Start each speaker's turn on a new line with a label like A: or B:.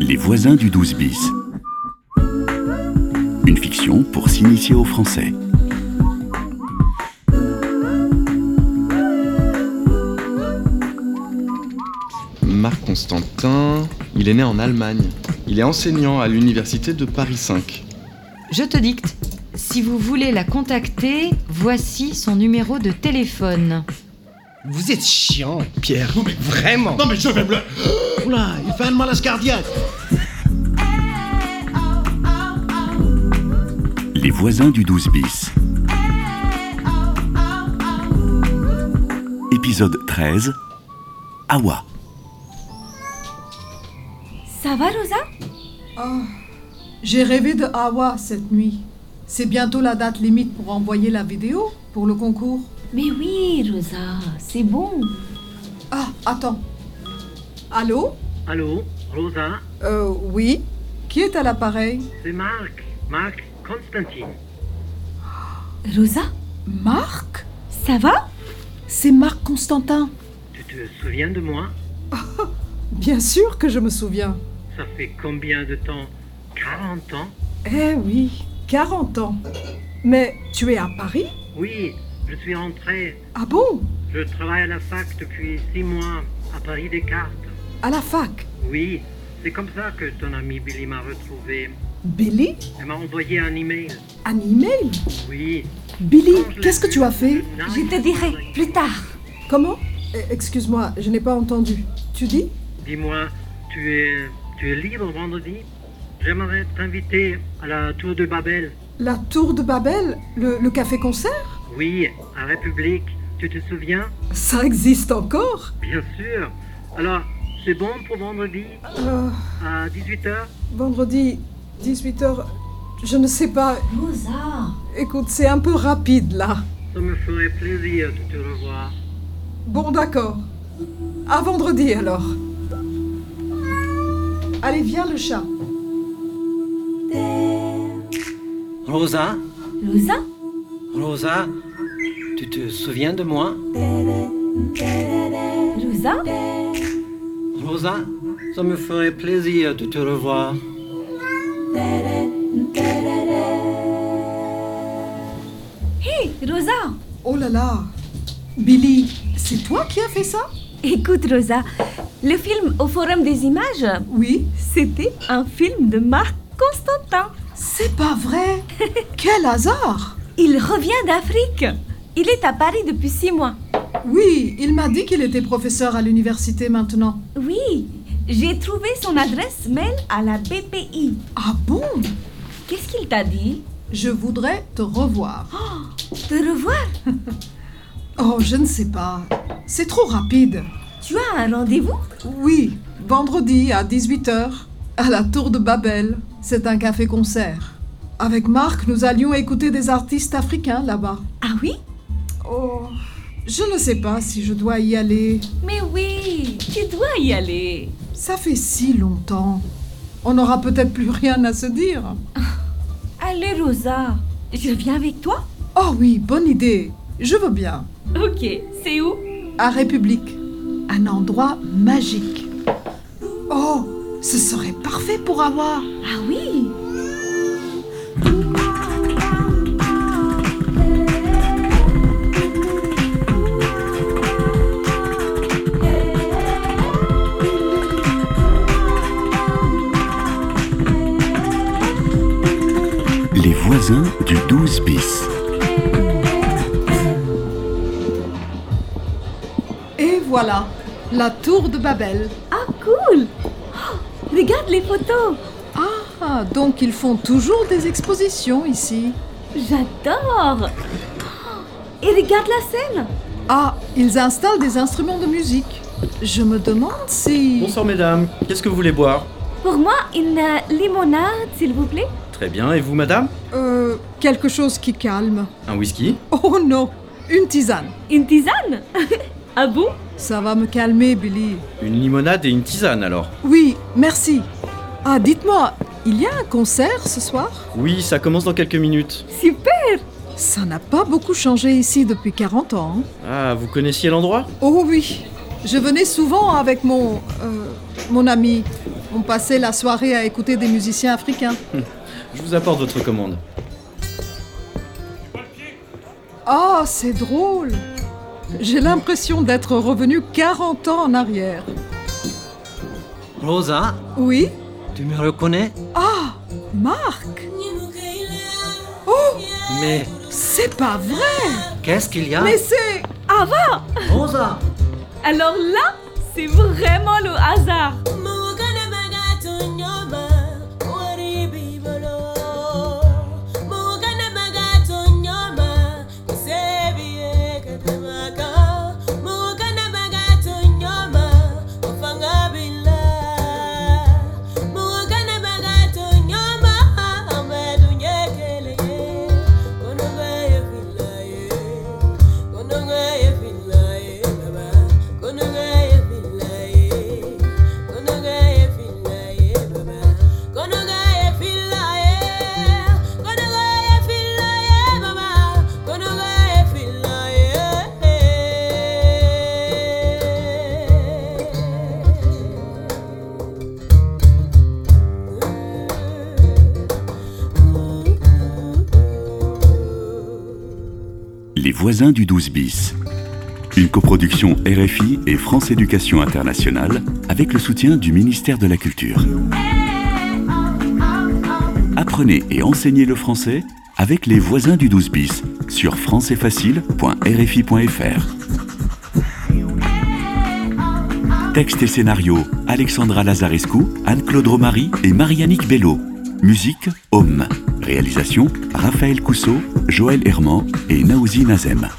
A: Les voisins du 12 bis. Une fiction pour s'initier au français.
B: Marc Constantin, il est né en Allemagne. Il est enseignant à l'université de Paris 5.
C: Je te dicte. Si vous voulez la contacter, voici son numéro de téléphone.
D: Vous êtes chiant, Pierre. Vraiment.
E: Non mais je vais me... le-
F: Oula, il fait un malaise cardiaque.
A: Les voisins du 12 bis. Épisode 13. Awa.
G: Ça va, Rosa
H: Ah, j'ai rêvé de Hawa cette nuit. C'est bientôt la date limite pour envoyer la vidéo pour le concours.
G: Mais oui, Rosa, c'est bon.
H: Ah, attends. Allô
I: Allô, Rosa,
H: Euh, oui Qui est à l'appareil
I: c'est Marc. Marc Constantine.
G: Rosa,
H: Marc
G: ça va
H: C'est Marc Constantin.
I: Tu te souviens de moi
H: Bien sûr que je me souviens.
I: Ça fait combien de temps 40 ans
H: Eh oui, 40 ans. Mais tu es à Paris
I: Oui, je suis rentré.
H: Ah bon
I: Je travaille à la fac depuis 6 mois, à Paris Descartes.
H: À la fac
I: Oui, c'est comme ça que ton ami Billy m'a retrouvé.
H: Billy
I: Elle m'a envoyé un email.
H: Un email
I: Oui.
H: Billy, qu'est-ce que tu as fait
G: Je te dirai plus tard.
H: Comment Eh, Excuse-moi, je n'ai pas entendu. Tu dis
I: Dis-moi, tu es, tu es libre vendredi J'aimerais t'inviter à la tour de Babel.
H: La tour de Babel Le, le café-concert
I: Oui, à République. Tu te souviens
H: Ça existe encore
I: Bien sûr. Alors, c'est bon pour vendredi
H: Euh,
I: à 18h
H: Vendredi, 18h, je ne sais pas.
G: Rosa,
H: Écoute, c'est un peu rapide là.
I: Ça me ferait plaisir de te revoir.
H: Bon, d'accord. À vendredi alors. Allez, viens le chat.
F: Rosa,
G: Rosa,
F: Rosa, tu te souviens de moi
G: Rosa,
F: Rosa, ça me ferait plaisir de te revoir.
G: hey, Rosa.
H: Oh là là Billy, c'est toi qui as fait ça
G: Écoute, Rosa, le film au Forum des images,
H: Oui.
G: c'était un film de Marc Constantin.
H: C'est pas vrai Quel hasard
G: Il revient d'Afrique. Il est à Paris depuis six mois.
H: Oui, il m'a dit qu'il était professeur à l'université maintenant.
G: Oui, j'ai trouvé son adresse mail à la BPI.
H: Ah bon
G: Qu'est-ce qu'il t'a dit
H: Je voudrais te revoir.
G: Te revoir
H: Oh, je ne sais pas. C'est trop rapide.
G: Tu as un rendez-vous
H: Oui, vendredi à 18h, à la Tour de Babel. C'est un café-concert. Avec Marc, nous allions écouter des artistes africains là-bas.
G: Ah oui
H: Oh, je ne sais pas si je dois y aller.
G: Mais oui, tu dois y aller.
H: Ça fait si longtemps. On n'aura peut-être plus rien à se dire.
G: Allez, Rosa, je viens avec toi
H: Oh oui, bonne idée. Je veux bien.
G: Ok, c'est où
H: à République. Un endroit magique. Oh, ce serait parfait pour avoir.
G: Ah oui
A: Les voisins du 12 bis.
H: Et voilà, la tour de Babel.
G: Ah cool Oh, Regarde les photos
H: Ah, donc ils font toujours des expositions ici.
G: J'adore Oh, Et regarde la scène
H: Ah, ils installent des instruments de musique. Je me demande si...
J: Bonsoir mesdames, qu'est-ce que vous voulez boire
G: Pour moi, une euh, limonade, s'il vous plaît.
J: Très bien, et vous madame
H: Euh, quelque chose qui calme.
J: Un whisky
H: Oh non, une tisane.
G: Une tisane Ah bon
H: Ça va me calmer, Billy.
J: Une limonade et une tisane alors
H: Oui, merci. Ah, dites-moi, il y a un concert ce soir
J: Oui, ça commence dans quelques minutes.
G: Super
H: Ça n'a pas beaucoup changé ici depuis 40 ans. hein.
J: Ah, vous connaissiez l'endroit
H: Oh oui, je venais souvent avec mon euh, mon ami. On passait la soirée à écouter des musiciens africains.
J: Hum. Je vous apporte votre commande.
H: Oh, c'est drôle J'ai l'impression d'être revenu 40 ans en arrière.
F: Rosa,
H: Oui
F: tu me reconnais
H: Ah Marc Oh,
F: Mais
H: C'est pas vrai
F: qu'est-ce qu'il y a
H: Mais c'est...
F: Rosa
G: Ah, Alors là, c'est vraiment le hasard.
A: Les voisins du 12 bis. Une coproduction RFI et France Éducation Internationale avec le soutien du ministère de la Culture. Apprenez et enseignez le français avec les voisins du 12 bis sur françaisfacile.rfi.fr. Texte et scénario Alexandra Lazarescu, Anne-Claude Romary et Marianique Bello. Musique Homme. Réalisation Raphaël Cousseau, Joël Herman et Naouzi Nazem.